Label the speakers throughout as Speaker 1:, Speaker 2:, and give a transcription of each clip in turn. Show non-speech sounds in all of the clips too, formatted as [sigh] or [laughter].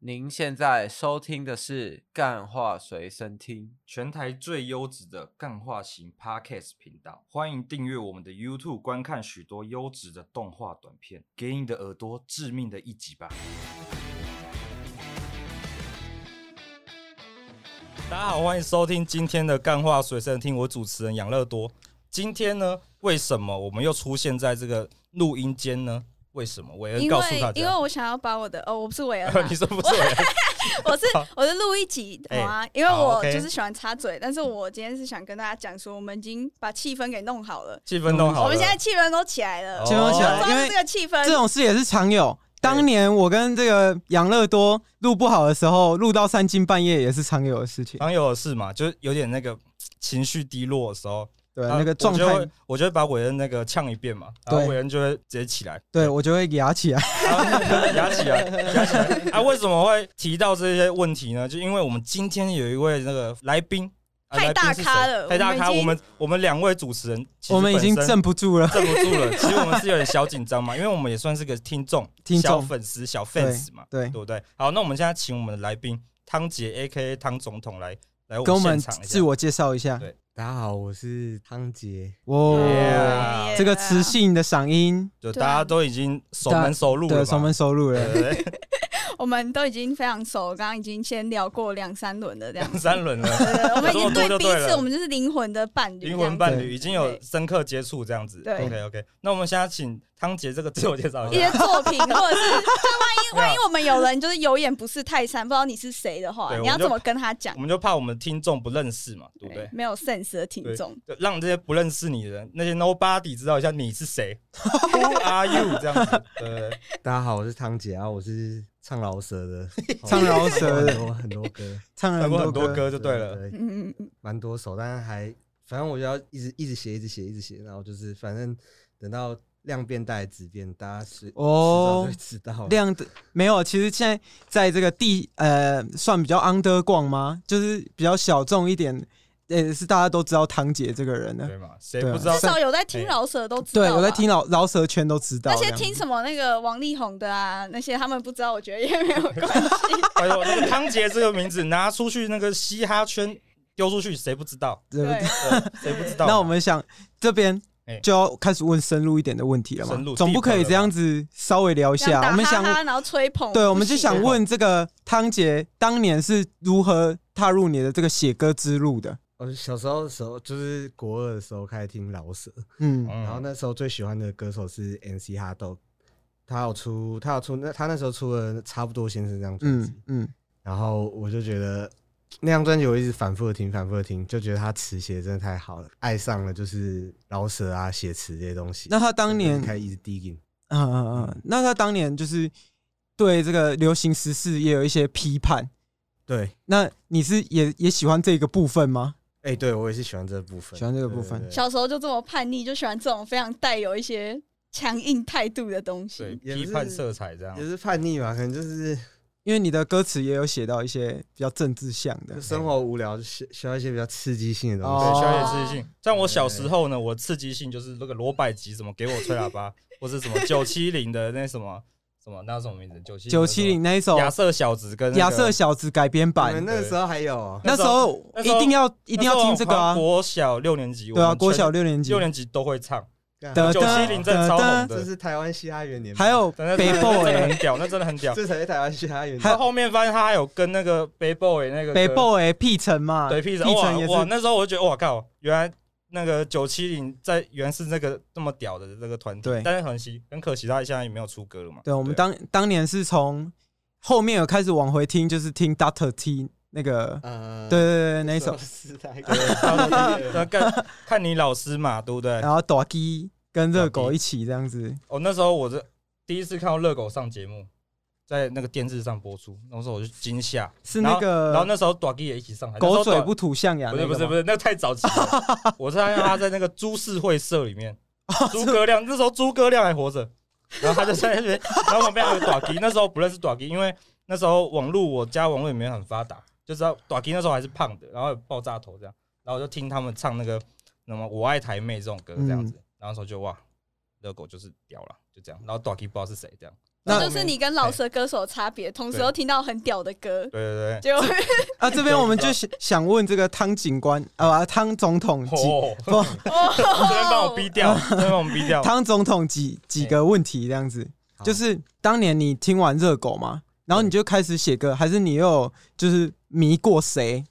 Speaker 1: 您现在收听的是《干话随身听
Speaker 2: 全台最优质的干化型 Podcast 频道，欢迎订阅我们的 YouTube，观看许多优质的动画短片，给你的耳朵致命的一击吧！》。大家好，欢迎收听今天的干话随身听，我主持人养乐多。今天呢，为什么我们又出现在这个录音间呢？为什么？韦恩
Speaker 3: 因
Speaker 2: 告诉大
Speaker 3: 为因为
Speaker 2: 家，
Speaker 3: 我想要把我的哦，我不是韦
Speaker 2: [laughs]
Speaker 3: 恩啊、
Speaker 2: 你说不是韦恩？
Speaker 3: 我是我是录一
Speaker 2: [laughs]
Speaker 3: 集好吗？因为
Speaker 2: 好
Speaker 3: 我
Speaker 2: ，OK
Speaker 3: 就是喜欢插嘴，但是我今天是想跟大家讲说，我们已经把气氛给弄好了，
Speaker 2: 气氛弄好了，
Speaker 3: 我们现在气氛都起来了，
Speaker 2: 哦
Speaker 3: 我
Speaker 4: 先放
Speaker 3: 们
Speaker 4: 起来，
Speaker 3: 抓
Speaker 4: 因
Speaker 3: 住
Speaker 4: 为
Speaker 3: 这个气氛，
Speaker 4: 这种事也是常有。当年我跟这个养乐多录不好的时候，录到三更半夜也是常有的事情。
Speaker 2: 常有的事嘛，就是有点那个情绪低落的时候，
Speaker 4: 对，
Speaker 2: 啊
Speaker 4: 那个状
Speaker 2: 我就
Speaker 4: 态
Speaker 2: 会，我就会把韦恩那个呛一遍嘛，然后
Speaker 4: 对
Speaker 2: 韦恩就会直接起来，
Speaker 4: 对我就会牙起来。
Speaker 2: 然后压起来，压起来。啊，为什么会提到这些问题呢？就因为我们今天有一位那个来宾，啊
Speaker 3: 太大咖了
Speaker 2: 来宾是谁太大咖，我
Speaker 3: 我们已经
Speaker 2: 们我们两位主持人，其实
Speaker 4: 我们已经
Speaker 2: 本身
Speaker 4: 镇不住
Speaker 2: [laughs]
Speaker 4: 了。
Speaker 2: 镇不住了。其实我们是有点小紧张嘛，因为我们也算是个听众、
Speaker 4: 听众
Speaker 2: 小粉丝、小 fans 嘛，
Speaker 4: 对
Speaker 2: 对，不对？好，那我们现在请我们的来宾汤姐 （A K A 汤总统）来来
Speaker 4: 跟我们
Speaker 2: 现场一下
Speaker 4: 自。我介绍一下
Speaker 2: 对。
Speaker 5: 大家好，我是汤杰。
Speaker 2: 哦
Speaker 4: 哇，
Speaker 2: Yeah
Speaker 4: 这个磁，性的嗓音，
Speaker 2: 就
Speaker 3: 对
Speaker 2: 大
Speaker 3: 啊
Speaker 2: 家都已经熟门熟路了
Speaker 4: 对，
Speaker 2: 吧，
Speaker 4: 熟门熟路
Speaker 2: 对
Speaker 4: 了。
Speaker 2: 对对
Speaker 3: 我们都已经非常熟，刚刚已经先聊过两三轮了，这
Speaker 2: [laughs]
Speaker 3: 样
Speaker 2: 两。三轮了，
Speaker 3: 对对对我们已经
Speaker 2: 这么多就
Speaker 3: 彼
Speaker 2: 对了
Speaker 3: 此，我们就是灵魂的伴侣，
Speaker 2: 灵魂伴
Speaker 4: 对
Speaker 2: 侣已经有深刻接触这样子。
Speaker 3: 对
Speaker 2: OK OK，那我们现在请汤杰这个自我介绍
Speaker 3: 这
Speaker 2: 一
Speaker 3: 样
Speaker 2: 下。
Speaker 3: 一些作品，或者是
Speaker 2: [laughs] 没有
Speaker 3: 因为我们有人就是有眼不识泰山，不知道你是谁的话，
Speaker 2: 对
Speaker 3: 你要
Speaker 2: 我就
Speaker 3: 怎么跟他讲
Speaker 2: 我？们就怕我们听众不认识嘛，对不对？
Speaker 3: 没有 sense 的听众，
Speaker 2: 就让这些不认识你的人，那些 nobody 知道一下你是
Speaker 3: [laughs]
Speaker 2: 谁，Who are you 这样子。对对对
Speaker 5: 大家好，我是汤杰啊，我是唱饶舌 [laughs] 的，
Speaker 4: 唱饶舌的
Speaker 5: 很多 [laughs] 很多歌，
Speaker 4: 唱了
Speaker 2: 唱过
Speaker 4: 很
Speaker 2: 很多
Speaker 4: 多歌，
Speaker 2: 歌就对了。
Speaker 5: 对，对
Speaker 3: 嗯嗯嗯，
Speaker 5: 蛮多首，但是还反正我就要一直一直写，一直写，一直写，然后就是反正等到量变大，质变，大家是
Speaker 4: 哦
Speaker 5: 迟早就会知道了。
Speaker 4: 量的没有。其实现在在这个地呃，算比较 under 逛吗？就是比较小众一点，也是大家都知道堂姐这个人的。
Speaker 2: 对嘛，谁
Speaker 4: 对啊
Speaker 2: 不知道
Speaker 3: 至？少有在听饶舌都知道吧。
Speaker 4: 对，我在听老饶舌圈都知道
Speaker 3: 那
Speaker 4: 这
Speaker 3: 些
Speaker 4: 样子。
Speaker 3: 听什么那个王力宏的啊，那些他们不知道，我觉得也没有关系。
Speaker 2: 哎呦，那个汤杰这个名字拿出去，那个嘻哈圈丢出去，谁不知道？
Speaker 4: [laughs] 对不对
Speaker 2: 对
Speaker 3: 对，
Speaker 2: 谁不知
Speaker 5: [laughs]
Speaker 2: 道？
Speaker 4: 那我们想这边
Speaker 2: 哎
Speaker 4: 就要开始问深入一点的问题了
Speaker 2: 深入
Speaker 4: 嘛，总不可以这样子稍微聊一
Speaker 3: 这样
Speaker 4: 下。
Speaker 3: 打
Speaker 4: 我们
Speaker 3: 哈
Speaker 4: 想，
Speaker 3: 哈，然后吹捧，
Speaker 4: 对，我们就
Speaker 3: 不行啊
Speaker 4: 想问这个汤姐当年是如何踏入你的这个写歌之路的？
Speaker 5: 我小时候的时候，就是国二的时候开始听饶舌，
Speaker 4: 嗯，
Speaker 2: 嗯，
Speaker 5: 然后那时候最喜欢的歌手是 MC 哈豆，他有出他有出那他那时候出了差不多先生这张专辑
Speaker 4: 嗯，嗯，
Speaker 5: 然后我就觉得那张专辑我一直反复的听，反复的听，就觉得他词写得真的太好了，爱上了就是饶舌啊、写词这些东西。
Speaker 4: 那他当年，嗯
Speaker 5: 开始一直 digging，
Speaker 4: 嗯嗯嗯，那他当年就是对这个流行时事也有一些批判。
Speaker 5: 对，
Speaker 4: 那你是也也喜欢这个部分吗？
Speaker 5: 哎、对我也是喜欢这部分，
Speaker 4: 喜欢这个部分
Speaker 5: 对对对
Speaker 3: 小时候就这么叛逆，就喜欢这种非常带有一些强硬态度的东
Speaker 2: 对
Speaker 3: 西。
Speaker 5: 也
Speaker 2: 批
Speaker 5: 不是
Speaker 2: 判色彩这样
Speaker 5: 也，是叛逆嘛，可能就是
Speaker 4: 因为你的歌词也有写到一些比较政治向的
Speaker 5: 就，生活无聊，就需需要一些比较刺激性的东西。
Speaker 2: 对，
Speaker 4: 哦
Speaker 2: 需要一点刺激性。像我小时候呢，我刺激性就是那个罗百吉什么给我吹喇叭， [laughs] 或是什么九七零的那什么什么那什么名字，九七
Speaker 4: 九七零那一首
Speaker 2: 亚瑟小子跟那个
Speaker 4: 亚瑟小子改编
Speaker 5: 你
Speaker 4: 版
Speaker 5: 们，那个时候还有哦、
Speaker 2: 那
Speaker 4: 那
Speaker 2: 时
Speaker 4: 时
Speaker 2: 候
Speaker 4: 候
Speaker 2: 那
Speaker 4: 一
Speaker 2: 时候
Speaker 4: 定要一定要听这个
Speaker 2: 那时候好像
Speaker 4: 啊，
Speaker 2: 国小六年级，
Speaker 4: 对啊，
Speaker 2: 我们全
Speaker 4: 国小六年级呃
Speaker 2: 六年级都会唱，
Speaker 5: 干
Speaker 4: 得
Speaker 2: 九七零真的超红
Speaker 5: 这
Speaker 2: 的，
Speaker 5: 是台湾嘻哈元年，
Speaker 4: 还有
Speaker 2: 真的
Speaker 4: 北
Speaker 2: 真的
Speaker 4: boy
Speaker 2: 真的很屌，那真的很屌。
Speaker 5: 这才是台湾嘻哈元
Speaker 4: 还
Speaker 2: 他
Speaker 5: 年。
Speaker 2: 后面发现他还有跟那个 b a Boy 那个
Speaker 4: 北
Speaker 2: 歌
Speaker 4: boy 屁城嘛，
Speaker 2: 对 P
Speaker 4: 屁城
Speaker 2: 哇
Speaker 4: 啊也
Speaker 2: 哇，
Speaker 4: 是
Speaker 2: 那时候我就觉得哇靠，原来那个九七零在原来是那个这么屌的这个团体，
Speaker 4: 对
Speaker 2: 但是很惜很可惜，他现在也没有出歌了嘛。
Speaker 4: 对，我们当当年是从后面有开始往回听，就是听 Doctor T 那个，
Speaker 2: 啊
Speaker 5: 呃，
Speaker 4: 对对对对，那一
Speaker 2: [laughs]
Speaker 5: 什么
Speaker 4: 首，
Speaker 5: 时代歌？ [laughs]
Speaker 2: 那呃看看你老师嘛，对不对？
Speaker 4: 然后 d o g 跟热狗一起这样子，
Speaker 2: 我那时候我是第一次看到热狗上节目，在那个电视上播出，那时候我就惊吓。
Speaker 4: 是那
Speaker 2: 然后
Speaker 4: 个
Speaker 2: 那时候 d o g 也一起上台，
Speaker 4: 狗嘴
Speaker 2: 不
Speaker 4: 不吐象牙
Speaker 2: 不
Speaker 4: 那
Speaker 2: 是
Speaker 4: 个吗，
Speaker 2: 不是不是，那个太早期了。
Speaker 4: [laughs]
Speaker 2: 我是看见他在那个株式会社里面，
Speaker 4: 哦
Speaker 2: [laughs] 诸葛亮那时候诸葛亮还活着，然后他就在那
Speaker 4: [laughs]
Speaker 2: 边，然后旁边还有 d o g 那时候不认识 d o g 因为那时候网络我家网络也没有很发达，就知道 d o g 那时候还是胖的，然后有爆炸头这样，然后我就听他们唱那个那么我爱台
Speaker 4: 嗯
Speaker 2: 妹这种歌这样子，然后那时候就哇，热狗就是屌了，就这样，然后 d o g 不知道是谁这样，
Speaker 3: 这
Speaker 4: 那
Speaker 3: 就是你跟老舌歌手的差别，同时都听到很屌的
Speaker 4: [laughs]
Speaker 3: 歌，
Speaker 2: 对对
Speaker 3: 结果
Speaker 4: 啊，这边我们就想想问这个汤警官啊，汤总统
Speaker 2: 对，
Speaker 4: [laughs] 几
Speaker 2: 哦，这边
Speaker 4: 不
Speaker 2: 帮
Speaker 3: 哦
Speaker 2: 我逼
Speaker 4: [laughs]
Speaker 2: 掉，这边帮我们逼掉。
Speaker 4: 汤总统几几个问题这样子，
Speaker 5: 好
Speaker 4: 就是当年你听完热狗嘛，然后你就开始写歌，还是你又有就是迷过谁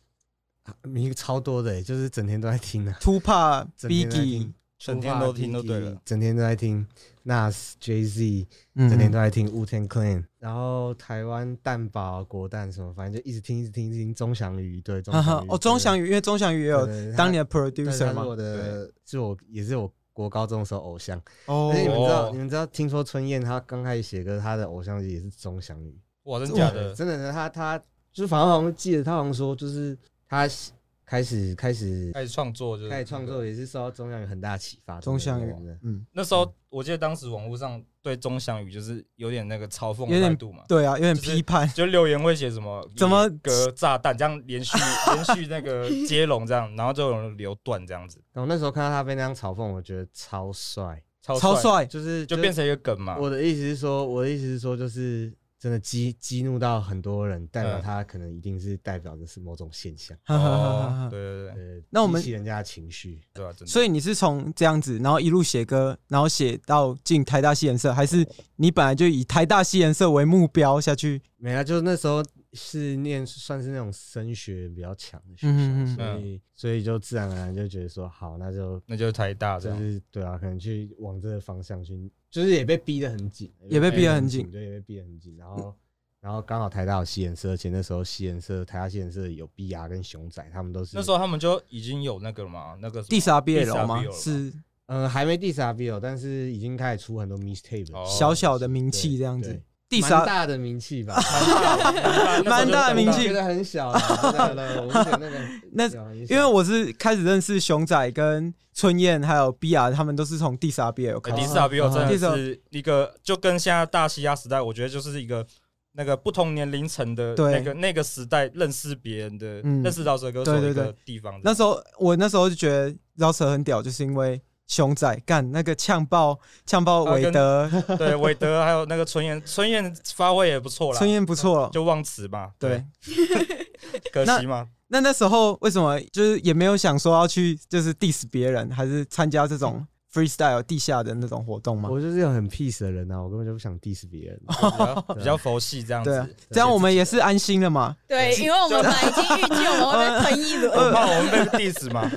Speaker 5: 迷超多的欸，就是整天都在听啊，
Speaker 4: ？Tupac、
Speaker 5: 整天都在
Speaker 4: Biggie，
Speaker 5: 听，
Speaker 2: 整天都听就对了，
Speaker 5: 整天都在听 Nas、Jay Z，
Speaker 4: 嗯
Speaker 5: 整天都在听 Wu Tang Clan，然后台湾蛋堡、国蛋什么，反正就一直听，一直听，一直听。钟祥宇对，钟
Speaker 4: 哈
Speaker 5: 祥
Speaker 4: 哈
Speaker 5: 宇
Speaker 4: 哦，钟祥宇，因为钟祥宇也有当年的
Speaker 5: 对
Speaker 4: producer
Speaker 5: 他是
Speaker 4: 嘛
Speaker 5: 我，的，是我也是我国高中的时候偶像。
Speaker 4: 哦
Speaker 5: 而且你们知道，
Speaker 2: 哦
Speaker 5: 你们知道，听说春燕她刚开始写歌，她的偶像也是钟祥宇，
Speaker 2: 哇，真假的？
Speaker 5: 真的是她，她就是反正好像记得，她好像说就是她开始开始
Speaker 2: 开始创作就是
Speaker 5: 开始创作，也是受到钟祥宇很大启发。
Speaker 4: 钟祥宇
Speaker 5: 真的，
Speaker 4: 嗯，
Speaker 2: 那时候我记得当时网络上对钟祥宇就是有点那个嘲讽
Speaker 4: 有
Speaker 2: 的
Speaker 4: 点
Speaker 2: 态度嘛，
Speaker 4: 对啊，有点
Speaker 2: 就是
Speaker 4: 批判，
Speaker 2: 就留言会写什么
Speaker 4: [laughs] 怎么
Speaker 2: 隔炸弹这样连
Speaker 4: [laughs]
Speaker 2: 续连续那个接龙这样，然后就有人留段这样子，
Speaker 5: 然后那时候看到他被那样嘲讽，我觉得超帅，
Speaker 2: 超
Speaker 4: 超
Speaker 2: 帅，
Speaker 4: 帅，
Speaker 5: 就是
Speaker 2: 就变。成一个梗嘛。
Speaker 5: 我的意思是说，我的意思是说，就是真的激激怒到很多人，代表
Speaker 2: 嗯
Speaker 5: 他可能一定是代表的是某种现象，
Speaker 4: 哈哈哈哈
Speaker 2: [laughs] 哦
Speaker 4: [laughs] 哈
Speaker 2: 对对对
Speaker 5: 呃，
Speaker 4: 那我们
Speaker 5: 激起人家的情绪。
Speaker 2: 对啊，真的。
Speaker 4: 所以你是从这样子，然后一路写歌，然后写到进台大戏研社，还是你本来就以台大戏研社为目标下去？
Speaker 5: 没啊，就是那时候是念算是那种升学比较强的学校，
Speaker 4: 嗯嗯嗯
Speaker 5: 所以所以就自然而然就觉得说，好，那就
Speaker 2: 那就是台大这
Speaker 5: 就
Speaker 2: 样，
Speaker 5: 是对啊，可能去往这个方向去，就是也被逼得很紧，
Speaker 4: 也被
Speaker 2: 逼得
Speaker 4: 很紧
Speaker 5: 对，也被逼得很紧。然后然后刚好台大有西研社，而且那时候西研社台大西研社有 BR 跟熊仔，他们都是
Speaker 2: 那时候他们就已经有那个了嘛，那个什么
Speaker 4: 第十 BL 吗
Speaker 2: DSRBL？
Speaker 4: 是
Speaker 5: 呃，还没 diss RBL，但是已经开始出很多 mistake 了，
Speaker 2: 哦
Speaker 4: 小小的名气
Speaker 5: 对
Speaker 4: 这样子
Speaker 5: 对。
Speaker 4: 第
Speaker 5: 蛮
Speaker 4: 十二
Speaker 5: 大的名气
Speaker 4: [laughs]
Speaker 5: 吧，
Speaker 2: 啊
Speaker 4: 蛮大的名气
Speaker 5: 我觉得很小啦，真
Speaker 4: [laughs]
Speaker 5: 的我觉得那个
Speaker 4: 那
Speaker 5: 对啊很小
Speaker 4: 因为我是开始认识熊仔、跟春燕还有 BR，他们都是从第十 BL 开
Speaker 2: 迪
Speaker 4: 始。
Speaker 2: 士尼 BO 啊真
Speaker 4: 第
Speaker 2: 的
Speaker 4: 四
Speaker 2: 是一个，就跟现在大西亚时代，我觉得就是一个那个不同年龄层的
Speaker 4: 对
Speaker 2: 那个那个时代认识别人的、
Speaker 4: 嗯
Speaker 2: 认识饶舌歌手的
Speaker 4: 对对
Speaker 2: 一
Speaker 4: 对
Speaker 2: 个地方。
Speaker 4: 那时
Speaker 2: 候
Speaker 4: 候我那时候就觉得饶舌很屌，就是因为熊仔干那个呛爆呛爆韦德，
Speaker 2: 对韦德还有那个春燕，春燕发挥也不错啦，
Speaker 4: 春燕不错。
Speaker 2: 就忘词嘛，
Speaker 4: 对，，
Speaker 2: 可惜嘛，
Speaker 4: 那那时候为什么就是也没有想说要去就是 diss 别人，还是参加这种 freestyle 地下的那种活动吗？
Speaker 5: 嗯我就是有很 peace 的人啊，我根本就不想 diss 别
Speaker 4: [laughs]
Speaker 5: 人。
Speaker 2: 就比较比较佛系这样
Speaker 4: 对啊
Speaker 2: 子。，
Speaker 4: 这样我们也是安心了嘛。 [laughs]
Speaker 3: 对，因为我们本来已经预计我们会被喷一
Speaker 4: 嗯
Speaker 2: 我
Speaker 3: 轮，
Speaker 2: 怕我们被 diss
Speaker 4: [laughs]
Speaker 2: 嘛，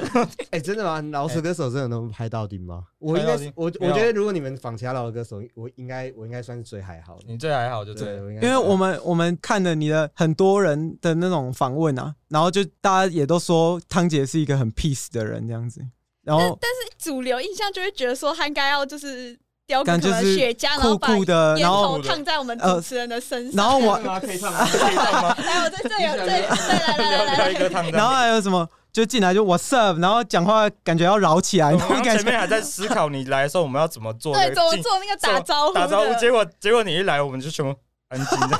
Speaker 5: 哎、真的吗？老舌歌手真的能拍到顶吗？我应
Speaker 2: 拍
Speaker 5: 该
Speaker 2: 到顶
Speaker 5: 是，我
Speaker 2: 没
Speaker 5: 我
Speaker 2: 有
Speaker 5: 觉得如果你们仿其他老的歌手，我应该我应该算是最还好的。
Speaker 2: 你这还好就对
Speaker 5: 对，啊
Speaker 2: 了。
Speaker 5: 我应该
Speaker 4: 因为
Speaker 5: 算
Speaker 4: 我们我们看了你的很多人的那种访问啊，然后就大家也都说汤姐是一个很 peace 的人这样子，然后
Speaker 3: 主流印象就会觉得说他应该要就是叼个
Speaker 4: 感
Speaker 3: 可
Speaker 4: 觉
Speaker 3: 能
Speaker 4: 是
Speaker 3: 雪茄，然后
Speaker 4: 酷
Speaker 3: 把
Speaker 4: 酷的，
Speaker 3: 烟
Speaker 4: 然后呃
Speaker 3: 头烫在我们主持人的身
Speaker 4: 然
Speaker 3: 上。
Speaker 4: 后我
Speaker 5: 是吗？可以唱吗？
Speaker 2: [laughs] 可以这样吗？
Speaker 3: 来，我在这里，我
Speaker 2: [laughs]
Speaker 3: 在这里，来来来
Speaker 2: 要
Speaker 3: 来来
Speaker 2: 一个烫
Speaker 4: 然后
Speaker 2: 的。
Speaker 4: 还有什么就进来就 What's up，然后讲话感觉要饶起来，
Speaker 2: 我
Speaker 4: 然后
Speaker 2: 们
Speaker 4: 感
Speaker 2: 前
Speaker 4: 觉
Speaker 2: 面还在思考你来的时候我们要怎么做那
Speaker 3: 对，
Speaker 2: 个
Speaker 3: 怎么
Speaker 2: 进
Speaker 3: 做那个打招呼的？
Speaker 2: [laughs] 打招呼，结果结果你一来，我们就全部安静 [laughs] 的，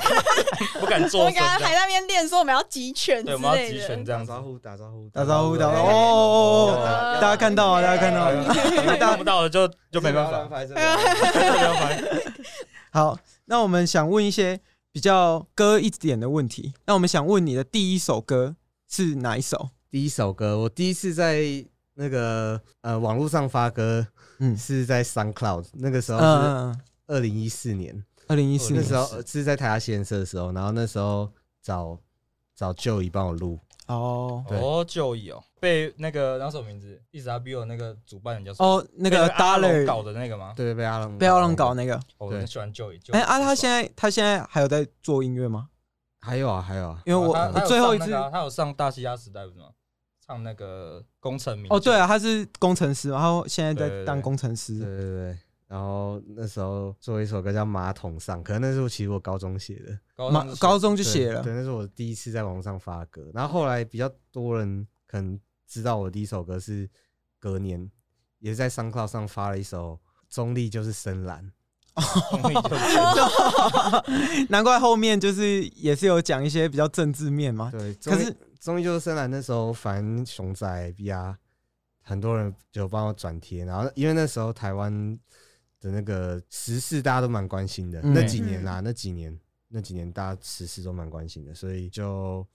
Speaker 2: 不敢
Speaker 3: 我
Speaker 2: 做
Speaker 3: 们
Speaker 2: 声
Speaker 3: 刚刚
Speaker 2: 这
Speaker 3: 还
Speaker 2: 样。
Speaker 3: 在那边练说我们要集拳之
Speaker 2: 对，我们要
Speaker 3: 类
Speaker 2: 集
Speaker 3: 的
Speaker 2: 权。这
Speaker 5: 打
Speaker 2: 样子
Speaker 5: 招。呼，打招呼，
Speaker 4: 打招呼打
Speaker 5: 打
Speaker 4: 招
Speaker 5: 招
Speaker 4: 呼
Speaker 5: 呼哎
Speaker 4: 哦哦
Speaker 5: 要
Speaker 4: 哦
Speaker 5: 打
Speaker 4: 大家看到啊大家看到啊
Speaker 2: [laughs] 哎看不到的就就没办法，
Speaker 5: 法，真的没办法
Speaker 2: 没办法。
Speaker 4: 好，那我们想问一些比较歌一点的问题，那我们想问你的第一首歌是哪一首？
Speaker 5: [laughs] 第一首歌，我第一次在那个呃网络上发歌
Speaker 4: 嗯
Speaker 5: 是在 SoundCloud，那个时候
Speaker 4: 嗯
Speaker 5: 是
Speaker 4: 嗯，嗯
Speaker 5: 二零一四年，
Speaker 4: 二零一四
Speaker 5: 那
Speaker 4: 年
Speaker 5: 时候呃是在台大县社的时候，然后那时候找找舅姨帮我录，
Speaker 4: 哦
Speaker 5: 对
Speaker 2: 哦，就以哦，被那个那什么名字，一直 R B O 那个主办人叫什么？
Speaker 4: 哦那个
Speaker 2: 被阿龙
Speaker 4: Dollar
Speaker 2: 搞的那个吗？哦
Speaker 5: 对，被阿龙
Speaker 4: 被阿浪搞那个。
Speaker 2: 我
Speaker 5: 对
Speaker 2: 很喜欢就以。
Speaker 4: 哎、啊，他现在他现在还有在做音乐吗？
Speaker 5: 还有啊，还有啊，
Speaker 4: 因为我、
Speaker 5: 哦
Speaker 4: 我最后一次、
Speaker 2: 他有上大西亚时代不是吗？唱那个工程名
Speaker 4: 哦，对啊，他是工程师嘛，然后现在
Speaker 2: 对对
Speaker 4: 在
Speaker 2: 对
Speaker 4: 当工程师。
Speaker 5: 对对对。然后那时候做一首歌叫《马桶上》，可能那是我其实我高中写的，
Speaker 2: 高
Speaker 4: 嘛
Speaker 2: 中
Speaker 4: 高中就
Speaker 5: 对
Speaker 4: 写了
Speaker 5: 对，那是我第一次在网络上发歌。然后后来比较多人可能知道我第一首歌是隔年，也是在 SoundCloud 上发了一首《中立就是深蓝》。
Speaker 4: [laughs]
Speaker 2: [laughs]
Speaker 4: 难怪后面就是也是有讲一些比较政治面嘛。
Speaker 5: 对，
Speaker 4: 啊可
Speaker 5: 中
Speaker 4: 是
Speaker 5: 立中立就是深蓝那时候，反正熊仔 B R 很多人就帮我转贴，然后因为那时候台湾的那个时事，大家都蛮关心的。
Speaker 4: 嗯
Speaker 5: 那几年啦，那几年那几年大家时事都蛮关心的，所以就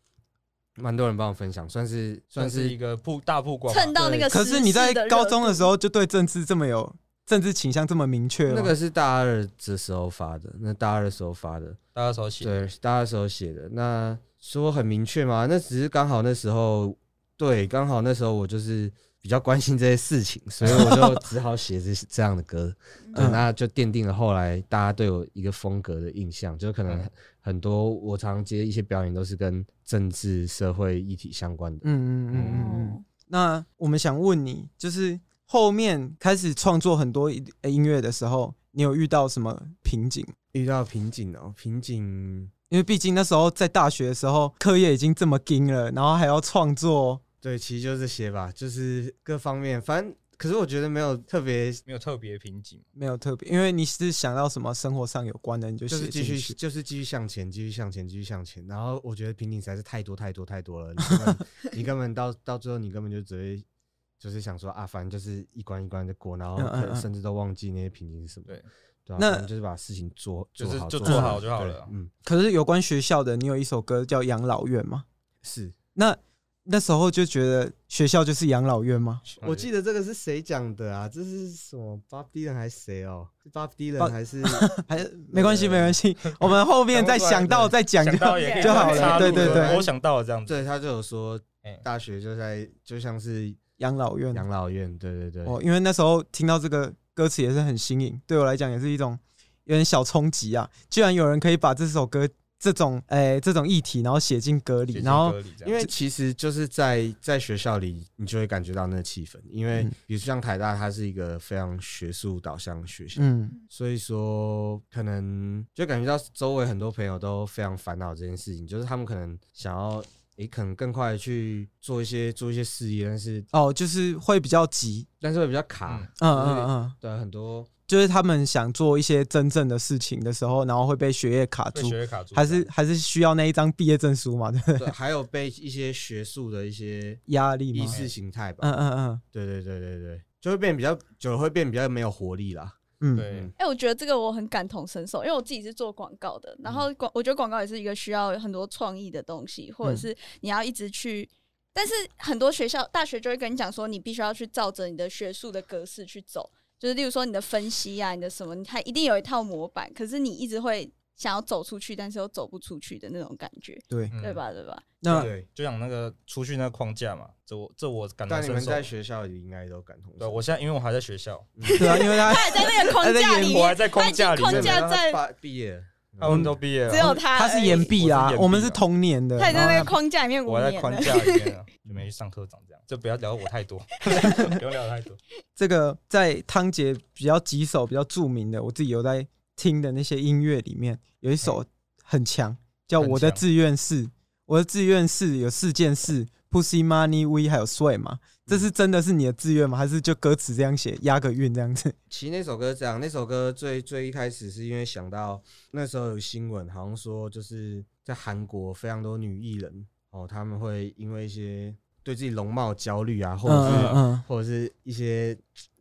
Speaker 5: 蛮多人帮我分享，算是
Speaker 2: 算
Speaker 5: 算
Speaker 2: 是一
Speaker 5: 是
Speaker 2: 个曝大曝光嘛。
Speaker 3: 蹭到那个时
Speaker 4: 可
Speaker 3: 事
Speaker 4: 是
Speaker 3: 的热度。
Speaker 4: 你在高中的时候就对政治这么有政治倾向这么明确吗，
Speaker 5: 那个是大二的时候发的，那大二的时候发的，
Speaker 2: 大家手写，
Speaker 5: 对，大二时候写的。那说很明确吗？那只是刚好那时候，对，刚好那时候我就是比较关心这些事情，所以我就只好写这 [laughs] 这样的歌。对，
Speaker 4: 嗯
Speaker 5: 那就奠定了后来大家对我一个风格的印象，就可能很多我常接一些表演都是跟政治社会议题相关的。
Speaker 4: 嗯嗯嗯嗯嗯。
Speaker 3: 哦，
Speaker 4: 那我们想问你，就是后面开始创作很多音呃音乐的时候，你有遇到什么瓶颈？
Speaker 5: 遇到瓶颈哦，瓶颈，
Speaker 4: 因为毕竟那时候在大学的时候，课业已经这么紧了，然后还要创作，
Speaker 5: 对，其实就这些吧，就是各方面，反正可是我觉得没有特别
Speaker 2: 没有特别瓶颈。
Speaker 4: 没有特别，因为你是想到什么生活上有关的，你就
Speaker 5: 就
Speaker 4: 写
Speaker 5: 是继
Speaker 4: 进
Speaker 5: 续，
Speaker 4: 去。
Speaker 5: 就是继续向前，继续向前，继续向前。然后我觉得瓶颈实在是太多太多太多了，你根
Speaker 4: [laughs]
Speaker 5: 本你根本到到最后，你根本就只会就是想说啊，反正就是一关一关的过，然后
Speaker 4: 嗯嗯嗯
Speaker 5: 可能甚至都忘记那些瓶颈是什么。
Speaker 2: 对
Speaker 5: 对啊，
Speaker 4: 那
Speaker 5: 反正就是把事情做
Speaker 2: 就是
Speaker 5: 做好，
Speaker 2: 就
Speaker 4: 做
Speaker 2: 好就好了啊
Speaker 5: 对嗯，
Speaker 4: 可是有关学校的，你有一首歌叫《养老院》吗？
Speaker 5: 是
Speaker 4: 那那时候就觉得学校就是养老院吗？
Speaker 2: 嗯
Speaker 5: 我记得这个是谁讲的啊？这是什么？Bob Dylan 还是谁哦？是 Bob Dylan
Speaker 4: 哦 [laughs]
Speaker 5: 还是？
Speaker 4: 还是没关系，没关 [laughs] 系，我们后面再想到再讲
Speaker 2: 想
Speaker 4: 就
Speaker 2: 到
Speaker 4: 好。 [laughs]
Speaker 2: 也可以
Speaker 4: 就好了
Speaker 2: 插入
Speaker 4: 对对
Speaker 2: 了
Speaker 4: 对
Speaker 2: 我想到了这样子。
Speaker 5: 对，他就有说
Speaker 2: 哎，
Speaker 5: 大学就在就像是
Speaker 4: 养老院，
Speaker 5: 养老院，对对对。
Speaker 4: 哦，因为那时候听到这个歌词也是很新颖，对我来讲也是一种有点小冲击啊。居然有人可以把这首歌这种诶、这种议题，然后写进歌里，然后
Speaker 5: 因为其实就是在在学校里，你就会感觉到那个气氛。因为
Speaker 4: 嗯
Speaker 5: 比如说像台大，它是一个非常学术导向的学校，
Speaker 4: 嗯
Speaker 5: 所以说可能就感觉到周围很多朋友都非常烦恼这件事情，就是他们可能想要诶、可能更快的去做一些做一些事业，但是
Speaker 4: 哦，就是会比较急，
Speaker 5: 但是会比较卡，
Speaker 2: 嗯
Speaker 4: 嗯
Speaker 5: 就是
Speaker 4: 嗯嗯，
Speaker 5: 对很多
Speaker 4: 就是他们想做一些真正的事情的时候，然后会被学业卡
Speaker 2: 被
Speaker 4: 住，
Speaker 2: 学业卡住，
Speaker 4: 还是还是需要那一张毕业证书嘛，对不对？
Speaker 5: 对，还有被一些学术的一些
Speaker 4: 压力
Speaker 5: 意
Speaker 4: 嘛，
Speaker 5: 识形态吧，
Speaker 4: 嗯嗯
Speaker 5: 对对对对对，就会变比较久了会变比较没有活力啦，
Speaker 4: 嗯嗯，
Speaker 2: 对，
Speaker 3: 哎、我觉得这个我很感同身受，因为我自己是做广告的，然后广我觉得广告也是一个需要很多创意的东西，或者
Speaker 4: 嗯
Speaker 3: 是你要一直去。但是很多学校、大学就会跟你讲说，你必须要去照着你的学术的格式去走，就是例如说你的分析啊，你的什么，它一定有一套模板，可是你一直会想要走出去，但是又走不出去的那种感觉，
Speaker 4: 对。
Speaker 2: 嗯
Speaker 3: 对？吧？对吧？
Speaker 4: 那
Speaker 5: 对。
Speaker 2: 就像那个出去那个框架嘛，这我这我感同
Speaker 5: 但你
Speaker 2: 身
Speaker 5: 们
Speaker 2: 受。
Speaker 5: 在学校里应该都感同身
Speaker 2: 对，
Speaker 5: 受。
Speaker 2: 我现在因为我还在学校，
Speaker 4: 对啊，因为
Speaker 3: [laughs]
Speaker 4: 他
Speaker 3: 他还在那个框架里
Speaker 2: 我还
Speaker 3: 面，
Speaker 2: 在框架里
Speaker 3: 框
Speaker 5: 对
Speaker 2: 面，
Speaker 3: 架
Speaker 5: 然后
Speaker 3: 在
Speaker 5: 他毕业嗯了，
Speaker 2: 他们都毕业
Speaker 3: 只
Speaker 2: 了，
Speaker 3: 有他
Speaker 4: 他是
Speaker 3: 而已
Speaker 4: 延毕
Speaker 2: 我
Speaker 4: 啊
Speaker 2: 是延，毕
Speaker 4: 我们
Speaker 2: 啊
Speaker 4: 是同年的，
Speaker 3: 他还在
Speaker 4: 然后
Speaker 3: 那个框架里面五
Speaker 2: 我还在
Speaker 3: 年
Speaker 2: 框
Speaker 3: 了。
Speaker 2: 架里面了，就没去上课，长这样。就不要聊我太
Speaker 4: [laughs]
Speaker 2: 多，不要聊太多。
Speaker 4: 这个在汤姐比较几首比较著名的，我自己有在听的那些音乐里面，有一首很强，叫《
Speaker 2: 很
Speaker 4: 我的
Speaker 2: 强
Speaker 4: 志愿是》。我的志愿是有四件事：Pussy、Money、We 还有睡嘛。
Speaker 5: 嗯
Speaker 4: 这是真的是你的志愿吗？还是就歌词这样写，押个韵这样子？
Speaker 5: 其实那首歌是这样，那首歌最最一开始是因为想到那时候有新闻，好像说就是在韩国非常多女艺人哦，她们会因为一些对自己容貌焦虑啊，
Speaker 4: 嗯
Speaker 5: 或者是、
Speaker 4: 嗯嗯
Speaker 5: 或者是一些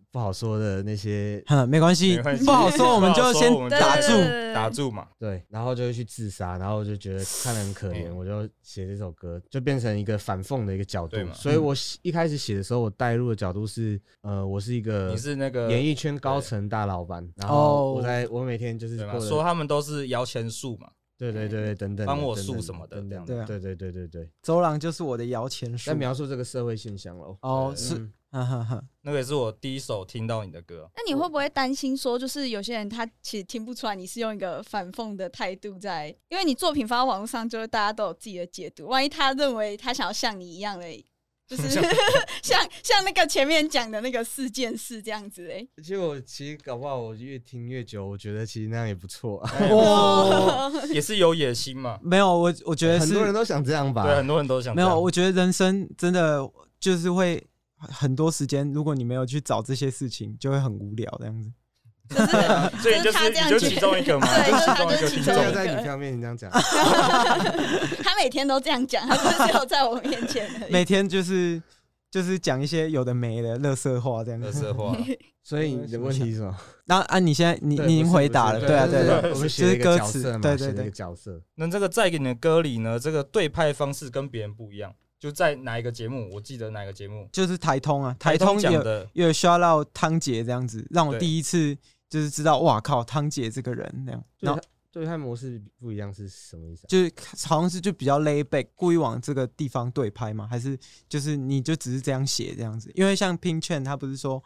Speaker 5: 不好说的那些
Speaker 4: 哼，没关系
Speaker 2: 没关系，
Speaker 4: 不好说，我们就先
Speaker 2: 不好说我们就
Speaker 4: 打
Speaker 3: 对
Speaker 4: 住
Speaker 3: 对。对对对
Speaker 2: 打住嘛，
Speaker 5: 对，然后就会去自杀，然后我就觉得看得很可怜，
Speaker 2: 嗯
Speaker 5: 我就写这首歌，就变成一个反讽的一个角度
Speaker 2: 对。嘛
Speaker 5: 所以我一开始写的时候，我带入的角度是，呃，我是一个
Speaker 2: 你是那个
Speaker 5: 演艺圈高层大老板，然后我在我每天就是
Speaker 2: 对吗？
Speaker 5: 过得
Speaker 2: 说他们都是摇钱树嘛，
Speaker 5: 对对对对等等的
Speaker 2: 帮我
Speaker 5: 等等
Speaker 2: 树什么的
Speaker 5: 等等
Speaker 4: 这样
Speaker 5: 对对对对对，
Speaker 4: 周郎就是我的摇钱树
Speaker 5: 在。描述这个社会现象喽。
Speaker 4: 哦，
Speaker 2: 对
Speaker 4: 是，
Speaker 5: 嗯
Speaker 4: 哈哈哈。
Speaker 2: 那个也是我第一首听到你的歌。 [laughs]
Speaker 3: 那你会不会担心说，就是有些人他其实听不出来你是用一个反讽的态度在，因为你作品发到网络上，就是大家都有自己的解读。万一他认为他想要像你一样的，就是 [laughs] 像像那个前面讲的那个事件是这样子哎、
Speaker 5: 其实我其实搞不好我越听越久，我觉得其实那样也不错啊。
Speaker 2: 哎
Speaker 4: 哦，
Speaker 2: 也是有野心嘛，
Speaker 4: 没有，我我觉得
Speaker 5: 很
Speaker 4: 是
Speaker 5: 多人都想这样吧？
Speaker 2: 对，很多人都想
Speaker 4: 没
Speaker 2: 这样
Speaker 4: 有，我觉得人生真的就是会很多时间，如果你没有去找这些事情，就会很无聊这样子。
Speaker 3: [laughs] 就是 [laughs]
Speaker 2: 所以你就
Speaker 3: 就是他
Speaker 2: 是
Speaker 3: 这样
Speaker 2: 你就
Speaker 3: 觉得
Speaker 2: 其中一个嘛，你
Speaker 3: 对就
Speaker 2: 其
Speaker 3: 是他
Speaker 2: 中一
Speaker 3: 就
Speaker 2: 个听
Speaker 3: 是其
Speaker 5: 真
Speaker 3: 中
Speaker 2: 众
Speaker 3: 一
Speaker 5: 的
Speaker 3: 个。
Speaker 5: 在你票面前这样
Speaker 2: [laughs]
Speaker 5: 讲，
Speaker 3: [laughs] 他每天都这样讲，他不是只有在我面前而已。
Speaker 4: 每天就是就是讲一些有的没的乐色话这样
Speaker 2: 乐
Speaker 4: 子。
Speaker 2: 色话，
Speaker 5: 所以你的问题是什么？
Speaker 4: 那啊，你现在你
Speaker 5: 对
Speaker 4: 你已
Speaker 5: 不
Speaker 4: 经
Speaker 5: 是
Speaker 4: 回
Speaker 5: 不
Speaker 4: 答
Speaker 5: 是
Speaker 4: 了，对啊
Speaker 5: 就
Speaker 4: 对啊
Speaker 5: 是
Speaker 4: 对啊，
Speaker 5: 我们写
Speaker 4: 就
Speaker 5: 了
Speaker 4: 是
Speaker 5: 一个
Speaker 4: 歌
Speaker 5: 角
Speaker 4: 词
Speaker 5: 色嘛，
Speaker 4: 对对
Speaker 5: 写了一
Speaker 4: 对
Speaker 5: 个角色。
Speaker 2: [laughs] 那这个在给你的歌里呢，这个对派方式跟别人不一样，就在哪一个节目？我记得哪个节目？
Speaker 4: 就是台通啊，台通
Speaker 2: 讲
Speaker 4: 有
Speaker 2: 的，
Speaker 4: 有 shout out 汤姐这样子，让我
Speaker 2: 对
Speaker 4: 第一次就是知道，哇靠，汤姐这个人那样，然
Speaker 5: 对
Speaker 4: 后
Speaker 5: 他对他模式不一样是什么意思啊？
Speaker 4: 就是好像是就比较 lay back，故意往这个地方对拍嘛，还是就是你就只是这样写这样子？因为像 Pin Chen 他不是说。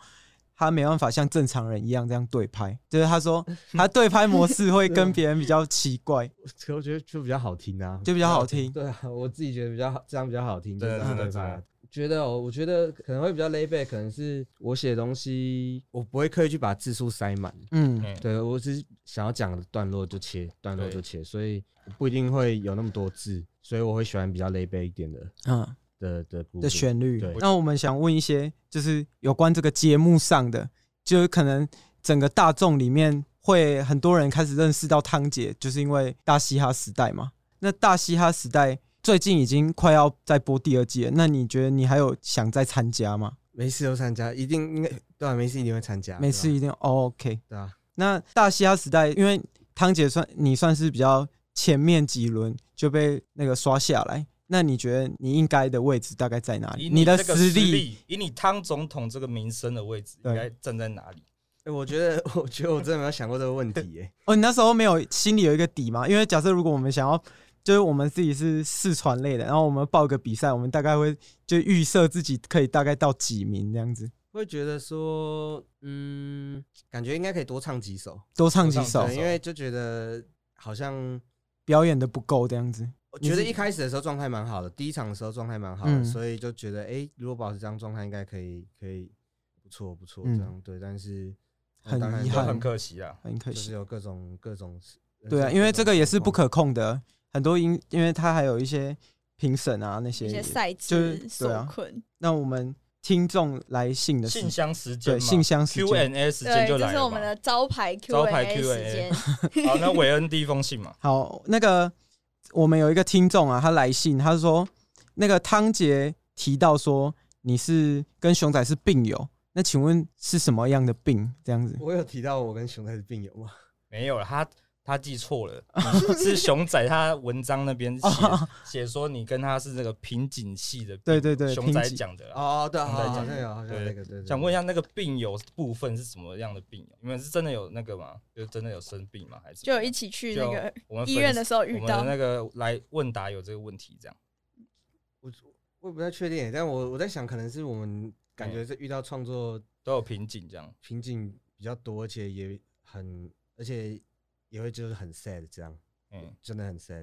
Speaker 4: 他没办法像正常人一样这样对拍，就是他说他对拍模式会跟别人比较奇怪，
Speaker 5: 可我觉得就比较好听啊，
Speaker 4: 就比较好听。
Speaker 5: [laughs] 对啊，我自己觉得比较好，这样比较好听，就
Speaker 2: 对
Speaker 5: 这样
Speaker 2: 真的
Speaker 5: 对
Speaker 2: 真
Speaker 5: 吧
Speaker 2: 的？
Speaker 5: 觉得哦，我觉得可能会比较 lay back，可能是我写东西，我不会刻意去把字数塞满。
Speaker 4: 嗯，
Speaker 2: 嗯，
Speaker 5: 对我只是想要讲的段落就切，段落
Speaker 2: 对
Speaker 5: 就切，所以不一定会有那么多字，所以我会喜欢比较 lay back 一点的
Speaker 4: 嗯
Speaker 5: 的的鼓
Speaker 4: 的旋律
Speaker 5: 对。
Speaker 4: 那我们想问一些，就是有关这个节目上的，就是可能整个大众里面会很多人开始认识到汤姐，就是因为大嘻哈时代嘛。那大嘻哈时代最近已经快要在播第二季了，那你觉得你还有想再参加吗？
Speaker 5: 没事都参加，一定应该对啊，没事一定会参加，
Speaker 4: 每次
Speaker 5: 对吧
Speaker 4: 一定、哦、OK。
Speaker 5: 对啊，
Speaker 4: 那大嘻哈时代，因为汤姐算你算是比较前面几轮就被那个刷下来，那你觉得你应该的位置大概在哪里？
Speaker 2: 以
Speaker 4: 你的
Speaker 2: 这个
Speaker 4: 实力，
Speaker 2: 力，以你汤总统这个名声的位置，
Speaker 4: 对
Speaker 2: 应该站在哪里？
Speaker 5: 欸我觉得 [laughs] 我觉得我真的没有想过这个问题耶、
Speaker 4: 哦，你那时候没有心里有一个底嘛？因为假设如果我们想要，就是我们自己是四川类的，然后我们报个比赛，我们大概会就预设自己可以大概到几名这样子，
Speaker 5: [laughs] 会觉得说，嗯，感觉应该可以多唱几首，
Speaker 4: 多唱几首
Speaker 2: 多，
Speaker 5: 对，因为就觉得好像。
Speaker 4: 表演的不够这样子。
Speaker 5: 我
Speaker 4: 你
Speaker 5: 觉得
Speaker 4: 是
Speaker 5: 一开始的时候状态蛮好的，第一场的时候状态蛮好的，
Speaker 4: 嗯
Speaker 5: 所以就觉得，哎、如果保持这样状态，应该可以，可以不错，不错，这
Speaker 4: 嗯
Speaker 5: 样、对。但是呃
Speaker 4: 很
Speaker 5: 当然
Speaker 4: 遗
Speaker 5: 就
Speaker 4: 憾
Speaker 2: 很可惜啊。
Speaker 4: 很可
Speaker 5: 就是
Speaker 4: 惜。
Speaker 5: 有各种各种事。
Speaker 4: 对啊，
Speaker 5: 人生有
Speaker 4: 因为
Speaker 5: 各种
Speaker 4: 这个也是
Speaker 5: 状
Speaker 4: 不
Speaker 5: 况。
Speaker 4: 可控的，很多因因为它还有一些评审啊那些
Speaker 3: 有
Speaker 4: 也。
Speaker 3: 些赛
Speaker 4: 就是
Speaker 3: 制
Speaker 4: 对
Speaker 3: 受
Speaker 4: 啊
Speaker 3: 困，
Speaker 4: 那我们听众来信的
Speaker 2: 信
Speaker 4: 是
Speaker 2: 箱时间嘛，
Speaker 4: 对信箱时间。
Speaker 2: Q&A 时间
Speaker 3: 对，
Speaker 2: 就
Speaker 3: 这
Speaker 2: 来
Speaker 3: 是
Speaker 2: 了
Speaker 3: 我
Speaker 2: 嘛
Speaker 3: 们。的招牌
Speaker 2: 招牌
Speaker 3: Q&A 时间，
Speaker 2: 好，那韦恩第一封信嘛，
Speaker 4: 好，那个我们有一个听众啊，他来信，他说那个汤杰提到说你是跟熊仔是病友，那请问是什么样的病？这样子
Speaker 5: 我有提到我跟熊仔是病友
Speaker 4: [laughs]
Speaker 5: 吗？
Speaker 2: 没有了，他他记错了，嗯是熊仔他文章那边写
Speaker 4: 哦
Speaker 2: [laughs] 写说你跟他是这个瓶颈系的病友，
Speaker 4: 对对对
Speaker 2: 熊仔
Speaker 4: 瓶颈
Speaker 2: 讲的啊。
Speaker 5: 哦，对，
Speaker 2: 熊
Speaker 5: 好
Speaker 2: 仔
Speaker 5: 好
Speaker 2: 讲
Speaker 5: 像有，好像有
Speaker 2: 对
Speaker 5: 那个，对对。
Speaker 2: 想问一下，那个病友部分是什么样的病友？你们是真的有那个吗？就真的有生病吗？还是
Speaker 3: 就有一起去那个
Speaker 2: 就我们
Speaker 3: 医院的时候
Speaker 2: 粉丝
Speaker 3: 遇
Speaker 2: 我
Speaker 3: 到
Speaker 2: 们的，那个来问答有这个问题，这样
Speaker 5: 我我也不太确定耶，但我我在想，可能是我
Speaker 4: 嗯
Speaker 5: 们感觉是遇到创作
Speaker 2: 都有瓶颈，这样
Speaker 5: 瓶颈比较多，而且也很，而且也会就是很 sad 这样，
Speaker 2: 嗯，
Speaker 5: 真的很 sad。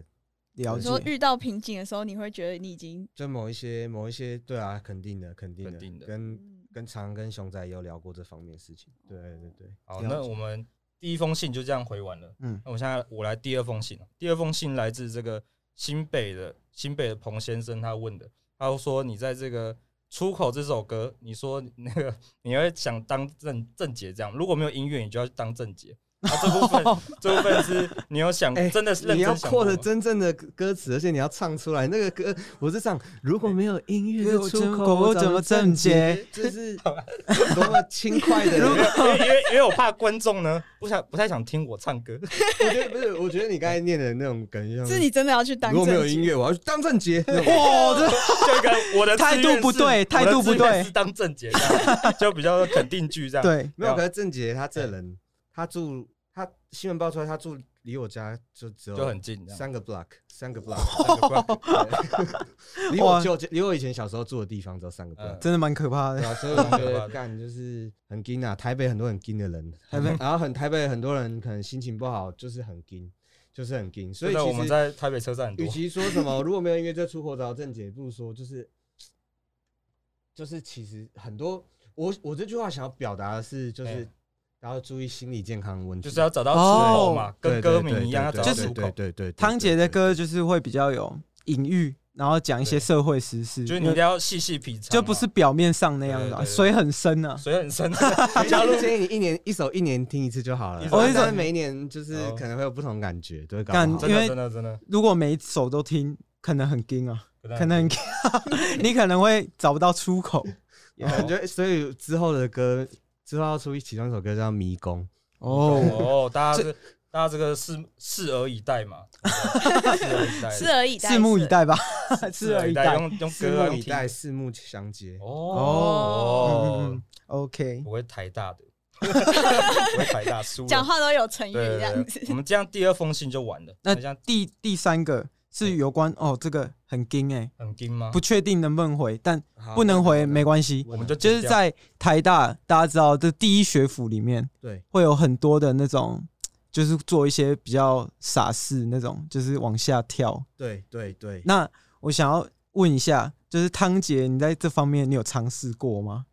Speaker 4: 了
Speaker 3: 你
Speaker 4: 解
Speaker 3: 说遇到瓶颈的时候，你会觉得你已经
Speaker 5: 就某一些某一些，对啊，肯定的，肯定的，
Speaker 2: 肯定的
Speaker 5: 跟
Speaker 3: 嗯
Speaker 5: 跟常跟熊仔也有聊过这方面的事情。对对对，
Speaker 2: 好，
Speaker 4: 了解
Speaker 2: 哦那我们第一封信就这样回完了。
Speaker 4: 嗯
Speaker 2: 那我现在我来第二封信，哦第二封信来自这个新北的新北的彭先生，他问的，他说你在这个《出口》这首歌，你说那个你会想当郑郑杰这样，如果没有音乐，你就要去当郑杰。啊，这部分这部分
Speaker 4: [laughs]
Speaker 2: 是你有想
Speaker 5: 哎
Speaker 2: 真的是认
Speaker 5: 你要
Speaker 2: 真想过
Speaker 5: 扩
Speaker 2: 吗
Speaker 5: 了真正的歌词，而且你要唱出来。那个歌，我是唱，如
Speaker 2: 哎
Speaker 5: 果没有音乐
Speaker 4: 如
Speaker 5: 的
Speaker 4: 果
Speaker 5: 出
Speaker 4: 真
Speaker 5: 口，
Speaker 4: 口
Speaker 5: 我
Speaker 4: 我
Speaker 5: 怎
Speaker 4: 怎
Speaker 5: 么
Speaker 4: 么
Speaker 5: 正
Speaker 4: 正
Speaker 5: 解
Speaker 4: 解？
Speaker 5: 这是
Speaker 2: 啊
Speaker 5: 多么轻快
Speaker 2: [laughs]
Speaker 5: 的。
Speaker 2: 因为因为因为因为我怕观众呢不想不太想听我唱歌，
Speaker 5: 我觉得不是，我觉得你刚才念的那种感觉像
Speaker 3: 是你真的要去当
Speaker 5: 嗯如果没有
Speaker 3: 正经
Speaker 5: 音乐，我要去当
Speaker 2: [laughs]
Speaker 5: 正杰。那种
Speaker 4: 哇，这
Speaker 2: 就一个我的
Speaker 4: 态度不对
Speaker 2: 志愿是
Speaker 4: 态度不对
Speaker 2: 我的志愿是当郑杰这样，就比较肯定句这样。
Speaker 4: 对
Speaker 5: 没有，可是正杰他这人，他住他新闻爆出来，他住离我家就只有
Speaker 2: 就很近这样。
Speaker 5: 三个 block，三个
Speaker 2: [laughs]
Speaker 5: block，对离我
Speaker 4: 哇
Speaker 5: 就离我以前小时候住的地方只有三个 block，
Speaker 2: 嗯
Speaker 4: 真的蛮可怕
Speaker 5: 对
Speaker 4: 的。
Speaker 5: 啊，所以我觉
Speaker 2: 对吧
Speaker 5: 得干就是很劲啊，台北很多很劲的人，
Speaker 4: 台
Speaker 5: [laughs]
Speaker 4: 北
Speaker 5: 然后很台北很多人可能心情不好，就是很劲，就是很劲，所以
Speaker 2: 真的我
Speaker 5: 其
Speaker 2: 们
Speaker 5: 实
Speaker 2: 在台北车站很多
Speaker 5: 与，其说什么如果没有音乐就出国找正解，不如说就是就是其实很多我我这句话想要表达的是就是
Speaker 2: 嗯。
Speaker 5: 然后注意心理健康的问题，
Speaker 2: 就是要找到出口嘛
Speaker 4: 哦，
Speaker 2: 跟
Speaker 5: 对对
Speaker 2: 歌
Speaker 5: 对
Speaker 2: 名一样要
Speaker 5: 对
Speaker 2: 找到
Speaker 5: 对
Speaker 2: 出
Speaker 5: 对
Speaker 2: 口。
Speaker 5: 对对，对
Speaker 4: 汤姐的，歌就是会比较有隐喻，然后讲一些
Speaker 2: 对
Speaker 4: 社会时事，
Speaker 2: 就是
Speaker 4: 因
Speaker 2: 你一定
Speaker 4: 为
Speaker 2: 要细细品尝嘛，
Speaker 4: 就不是表面上那样的啊，
Speaker 2: 对对对对
Speaker 4: 水很深啊。
Speaker 2: 水很深，
Speaker 5: 对对
Speaker 2: 加入
Speaker 5: 我建议你一年一首一年听一次就好了
Speaker 2: 一。首
Speaker 5: 我
Speaker 4: 一首
Speaker 5: 但是每一年就是
Speaker 2: 哦
Speaker 5: 可能会有不同感觉，都会搞不
Speaker 4: 干
Speaker 5: 好
Speaker 2: 真
Speaker 4: 因
Speaker 2: 的
Speaker 4: 为
Speaker 2: 真的真的
Speaker 4: 如果每一首都听，可能很惊啊。可能你可能会找不到出口。
Speaker 5: 感觉所以之后的歌，之后要出其中一首歌叫《迷宫》，
Speaker 2: [laughs]
Speaker 4: 哦，
Speaker 2: 哦，大家是大家这个拭拭而以待嘛，拭而以待，
Speaker 3: 拭而以待，
Speaker 4: 拭目以待吧，
Speaker 2: 拭
Speaker 4: 拭
Speaker 2: 而
Speaker 4: 而
Speaker 2: 以
Speaker 4: 以
Speaker 2: 待，
Speaker 4: 待。
Speaker 2: 用用
Speaker 5: 拭
Speaker 2: 歌啊
Speaker 5: 目以。待，
Speaker 2: 用
Speaker 5: 四目相接
Speaker 2: 听。
Speaker 4: 哦嗯嗯
Speaker 2: 哦
Speaker 4: 嗯，OK，
Speaker 2: 我会台大的，我会台大输了。
Speaker 3: 讲话都有成语
Speaker 2: 对
Speaker 3: 这
Speaker 2: 对
Speaker 3: 样
Speaker 2: 对
Speaker 3: 子，，
Speaker 2: 我们这样第二封信就完了。
Speaker 4: 那
Speaker 2: 那这样
Speaker 4: 第第三个是有关哦，这个很惊哎、
Speaker 2: 很硬吗？
Speaker 4: 不确定能不能回，但
Speaker 2: 啊
Speaker 5: 好
Speaker 4: 不能回没关
Speaker 5: 那
Speaker 4: 系。
Speaker 2: 我们就
Speaker 4: 就是
Speaker 2: 剪掉
Speaker 4: 在台大，大家知道这第一学府里面
Speaker 5: 对
Speaker 4: 会有很多的那种，就是做一些比较傻事那种，就是往下跳。
Speaker 5: 对对对，
Speaker 4: 那我想要问一下，就是汤姐，你在这方面你有尝试过吗？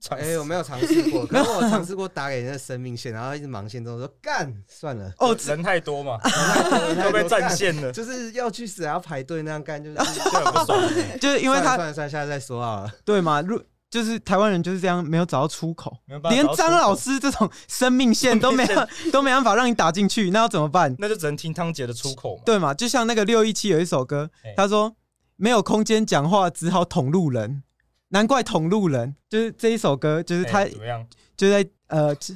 Speaker 2: 尝
Speaker 5: 哎、
Speaker 2: 试
Speaker 5: 我没有尝试过，可是我有尝试过打给人家生命线，然后一直忙线中说干算了，
Speaker 4: 哦，
Speaker 2: 人太多
Speaker 4: [laughs]
Speaker 2: 嘛，
Speaker 5: 太
Speaker 2: 都被
Speaker 5: 多
Speaker 2: 占
Speaker 5: 干
Speaker 2: 线了，
Speaker 5: 就是要去死还要排队那样干，就是
Speaker 2: 就很不爽。
Speaker 4: 就是因为他
Speaker 5: 算了算了算了，下次再说好了。
Speaker 4: 对嘛，如就是台湾人就是这样，没有找到出口，
Speaker 2: 没有办法
Speaker 4: 连
Speaker 2: 找到
Speaker 4: 张
Speaker 2: 出口
Speaker 4: 老师这种生命线都没
Speaker 2: 生
Speaker 4: 有都没办法让你打进去，那要怎么办？
Speaker 2: 那就只能听汤姐的出口嘛。
Speaker 4: 对嘛？就像那个六一七有一首歌
Speaker 2: 哎，
Speaker 4: 他说没有空间讲话，只好捅路人。难怪捅路人，就是这一首歌，就是
Speaker 2: 哎
Speaker 4: 他
Speaker 2: 怎么样？
Speaker 4: 就在呃， [laughs] 就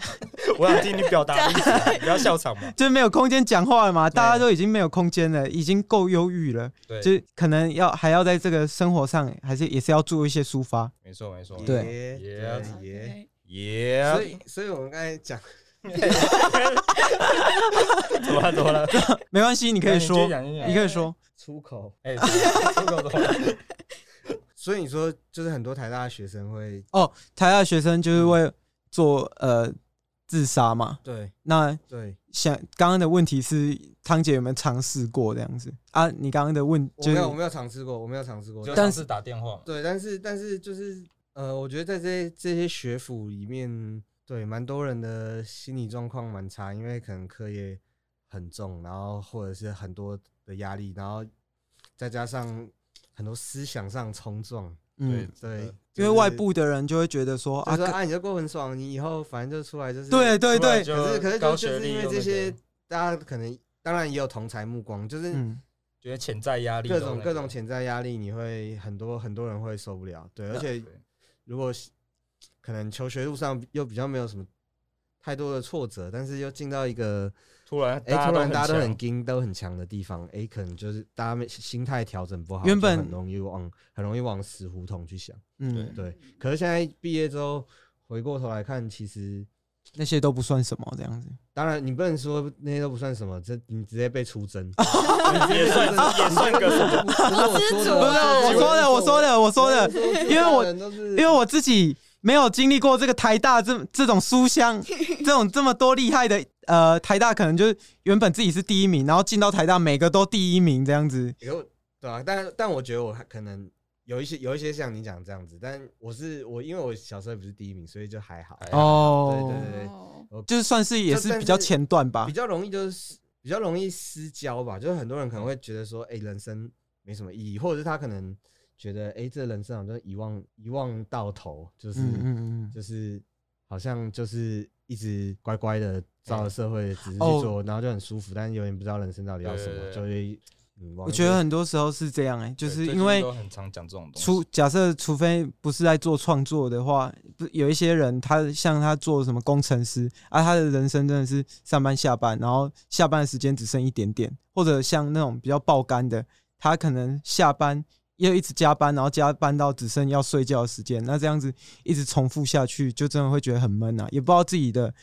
Speaker 2: 我想听你表达的意思啊，你不要笑场
Speaker 4: [laughs]
Speaker 2: 嘛。
Speaker 4: 就是没有空间讲话了嘛，
Speaker 2: 对
Speaker 4: 大家都已经没有空间了，已经够忧郁了，
Speaker 2: 哎对，
Speaker 4: 就是可能要还要在这个生活上，还是也是要做一些抒发。
Speaker 2: 没错没错。
Speaker 4: 对
Speaker 5: 耶
Speaker 2: 耶
Speaker 5: 对耶，
Speaker 2: 耶，
Speaker 5: 所
Speaker 2: [laughs]
Speaker 5: 以所以我们刚才讲，
Speaker 2: 怎么了怎么了？
Speaker 4: 没关系，你可以
Speaker 2: 哎你继
Speaker 4: 说哎
Speaker 2: 续，讲继续讲
Speaker 4: 你可以说，
Speaker 5: 出口，
Speaker 2: 哎，出口怎么了？
Speaker 4: [laughs]
Speaker 5: 所以你说就是很多台大的学生会
Speaker 4: 台大学生就是
Speaker 5: 嗯
Speaker 4: 会做呃自杀嘛，
Speaker 5: 对
Speaker 4: 那
Speaker 5: 对，
Speaker 4: 想刚刚的问题是汤姐有没有尝试过这样子啊？你刚刚的问
Speaker 5: 我
Speaker 4: 就
Speaker 5: 没
Speaker 4: 是
Speaker 5: 有我没有尝试过，我没有尝试过，
Speaker 2: 就
Speaker 4: 但
Speaker 2: 上
Speaker 4: 是
Speaker 2: 次打电话嘛。
Speaker 5: 对，但是但是就是呃，我觉得在这些这些学府里面，对蛮多人的心理状况蛮差，因为可能课业很重，然后或者是很多的压力，然后再加上很多思想上冲撞，
Speaker 4: 嗯，
Speaker 5: 对，
Speaker 4: 因
Speaker 5: 就
Speaker 4: 为
Speaker 5: 是
Speaker 4: 外部的人就会觉得说
Speaker 5: 就
Speaker 4: 啊，
Speaker 5: 说
Speaker 4: 干
Speaker 5: 啊，你就过很爽，你以后反正就出来就是
Speaker 4: 对对
Speaker 2: 出来
Speaker 4: 对，
Speaker 2: 就
Speaker 5: 可是可是就
Speaker 2: 高
Speaker 5: 就
Speaker 2: 学
Speaker 5: 是
Speaker 2: 历
Speaker 5: 因为
Speaker 2: 又
Speaker 5: 这
Speaker 2: 那
Speaker 5: 些
Speaker 2: 个，
Speaker 5: 大家可能当然也有同才目光，就是
Speaker 4: 嗯，
Speaker 2: 觉得潜在压力
Speaker 5: 各
Speaker 2: 都
Speaker 5: 种
Speaker 2: 那
Speaker 5: 各
Speaker 2: 个
Speaker 5: 种潜在压力，你会很多很多人会受不了。对，
Speaker 2: 啊
Speaker 5: 而且如果是可能求学路上又比较没有什么太多的挫折，但是又进到一个
Speaker 2: 突然
Speaker 5: 哎、突然大家都很
Speaker 2: 强
Speaker 5: 硬都很强的地方，哎、可能就是大家没心态调整不好，
Speaker 4: 原
Speaker 5: 就
Speaker 4: 本
Speaker 5: 很容易往很容易往死胡同去想。
Speaker 4: 嗯，
Speaker 5: 对，可是现在毕业之后回过头来看，其实。
Speaker 4: 那些都不算什么这样子。
Speaker 5: 当然，你不能说那些都不算什么，这你直接被
Speaker 4: [laughs]
Speaker 5: 出征，
Speaker 2: 也算也算个什么？
Speaker 5: 不是我说的，
Speaker 4: 不是我说的，我说的，我说的，因为我
Speaker 5: 因
Speaker 4: 因为我自己没有经历过这个台大这这种书
Speaker 5: [laughs]
Speaker 4: 香，这种这么多厉害的呃台大，可能就是原本自己是第一名，然后进到台大每个都第一名这样子。
Speaker 5: 有对啊，但但我觉得我还可能有一些有一些像你讲这样子，但我是我因为我小时候也不是第一名，所以就还好，
Speaker 2: 哎
Speaker 4: 哦，
Speaker 5: 啊对对
Speaker 3: 哦
Speaker 4: 就是算是也是比较前段吧
Speaker 5: 比。较容易就是比较容易失焦吧，就是很多人可能会觉得说，哎、人生没什么意义，或者是他可能觉得，哎、这人生好像一望一望到头，就是、
Speaker 4: 嗯嗯嗯，
Speaker 5: 就是好像就是一直乖乖的照着社会的指示去
Speaker 4: 哦
Speaker 5: 做，然后就很舒服，但是有点不知道人生到底要什么，
Speaker 2: 对对对
Speaker 5: 就会嗯，往
Speaker 4: 我
Speaker 5: 一
Speaker 4: 觉
Speaker 5: 个
Speaker 4: 得很多时候是这样哎、就
Speaker 2: 对
Speaker 4: 是
Speaker 2: 最
Speaker 4: 因
Speaker 2: 近
Speaker 4: 为
Speaker 2: 都很常讲这种东西。
Speaker 4: 除假设，除非不是在做创作的话，不有一些人他像他做什么工程师啊，他的人生真的是上班下班，然后下班的时间只剩一点点，或者像那种比较爆肝的，他可能下班又一直加班，然后加班到只剩要睡觉的时间，那这样子一直重复下去，就真的会觉得很闷啊，也不知道自己的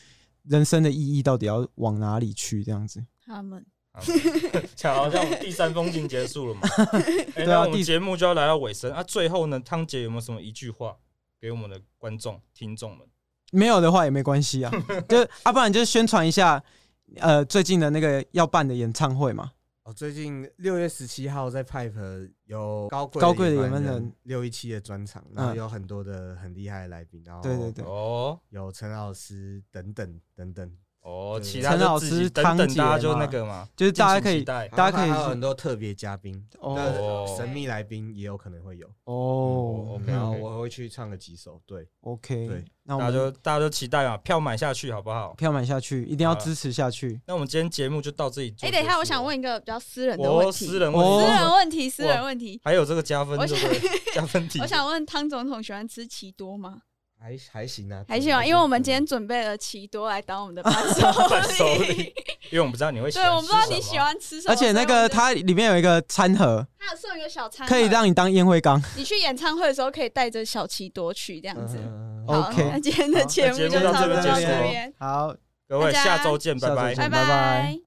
Speaker 4: 人生的意义到底要往哪里去，这样子。
Speaker 3: 他们
Speaker 2: 啊
Speaker 4: [laughs]
Speaker 2: 讲好像我们第三封信结束了嘛？哎
Speaker 4: 对啊
Speaker 2: 那我们
Speaker 4: 第
Speaker 2: 节目就要来到尾声啊。最后呢，汤姐有没有什么一句话给我们的观众、听众们？
Speaker 4: 没有的话也没关
Speaker 2: [laughs]
Speaker 4: 系啊，就啊，不然就宣传一下，呃，最近的那个要办的演唱会嘛。
Speaker 5: 哦，最近六月十七号在 Pipe 有高贵
Speaker 4: 高贵的
Speaker 5: 野
Speaker 4: 野蛮人
Speaker 5: 六一七的专场，然后
Speaker 4: 嗯
Speaker 5: 有很多的很厉害的来宾，然后
Speaker 4: 对对对
Speaker 2: 哦
Speaker 5: 有陈老师等等等等，
Speaker 2: 哦，
Speaker 5: 对
Speaker 2: 其他
Speaker 4: 陈老
Speaker 2: 就自己
Speaker 4: 师
Speaker 2: 等
Speaker 4: 汤
Speaker 2: 等
Speaker 4: 姐
Speaker 2: 大家就
Speaker 4: 嘛
Speaker 2: 那个嘛，
Speaker 4: 就是大家
Speaker 2: 敬
Speaker 4: 可
Speaker 2: 请
Speaker 4: 以
Speaker 2: 期待
Speaker 4: 大家可以
Speaker 5: 然
Speaker 4: 去
Speaker 5: 后还有很多特别嘉宾，
Speaker 4: 哦
Speaker 5: 哦，神秘来宾也有可能会有。
Speaker 4: 哦
Speaker 2: 嗯
Speaker 5: 然后
Speaker 2: OK，OK
Speaker 5: 我会去唱个几首，对，
Speaker 4: ，OK，
Speaker 5: 对
Speaker 4: 那我
Speaker 2: 大家
Speaker 4: 们
Speaker 2: 就大家就期待嘛，票买下去好不好？
Speaker 4: 票买下去，一定要
Speaker 2: 好了啊
Speaker 4: 支持下去。
Speaker 2: 那我们今天节目就到这里。
Speaker 3: 哎，等一下，我想，问一个比较私人的
Speaker 2: 我
Speaker 3: 问题，
Speaker 2: 私
Speaker 3: 私
Speaker 2: 人问
Speaker 4: 哦
Speaker 2: 题，
Speaker 3: 人问题，私人问题。
Speaker 2: 还有这个加分
Speaker 3: 我
Speaker 2: 对
Speaker 3: 想
Speaker 2: 不对？
Speaker 3: [laughs]
Speaker 2: 加分题，
Speaker 3: 我想问汤总统喜欢吃奇多吗？
Speaker 5: 还还行啊，
Speaker 3: 还行啊，因为我们今天准备了奇多来当我们的伴
Speaker 2: 伴 [laughs] 手
Speaker 3: 手
Speaker 2: 礼
Speaker 3: [laughs] 礼。
Speaker 2: 因为我们不知道你会喜
Speaker 3: 对，
Speaker 2: 欢
Speaker 3: 我不知道
Speaker 2: 吃什
Speaker 3: 你
Speaker 2: 么
Speaker 3: 喜，欢吃什么。
Speaker 4: 而且
Speaker 3: 所
Speaker 4: 那
Speaker 3: 以我
Speaker 4: 个
Speaker 3: 们就
Speaker 4: 它里面有一个餐盒，
Speaker 3: 他有送一个小餐盒，
Speaker 4: 可以让你当烟灰缸。
Speaker 3: 你去演唱会的时候可以带着小奇多去这样子。
Speaker 5: 嗯
Speaker 3: 好
Speaker 4: OK
Speaker 3: 那今天的
Speaker 4: 好
Speaker 3: 节
Speaker 2: 那节
Speaker 3: 目
Speaker 2: 目
Speaker 3: 就
Speaker 2: 到
Speaker 3: 差
Speaker 2: 这
Speaker 3: 不多
Speaker 2: 边
Speaker 3: 到
Speaker 2: 结束
Speaker 3: 这
Speaker 2: 咯
Speaker 3: 边，
Speaker 4: 好，
Speaker 2: 各位
Speaker 3: 大家
Speaker 2: 下周见，
Speaker 4: 下周见
Speaker 3: 拜
Speaker 4: 拜拜
Speaker 3: 拜。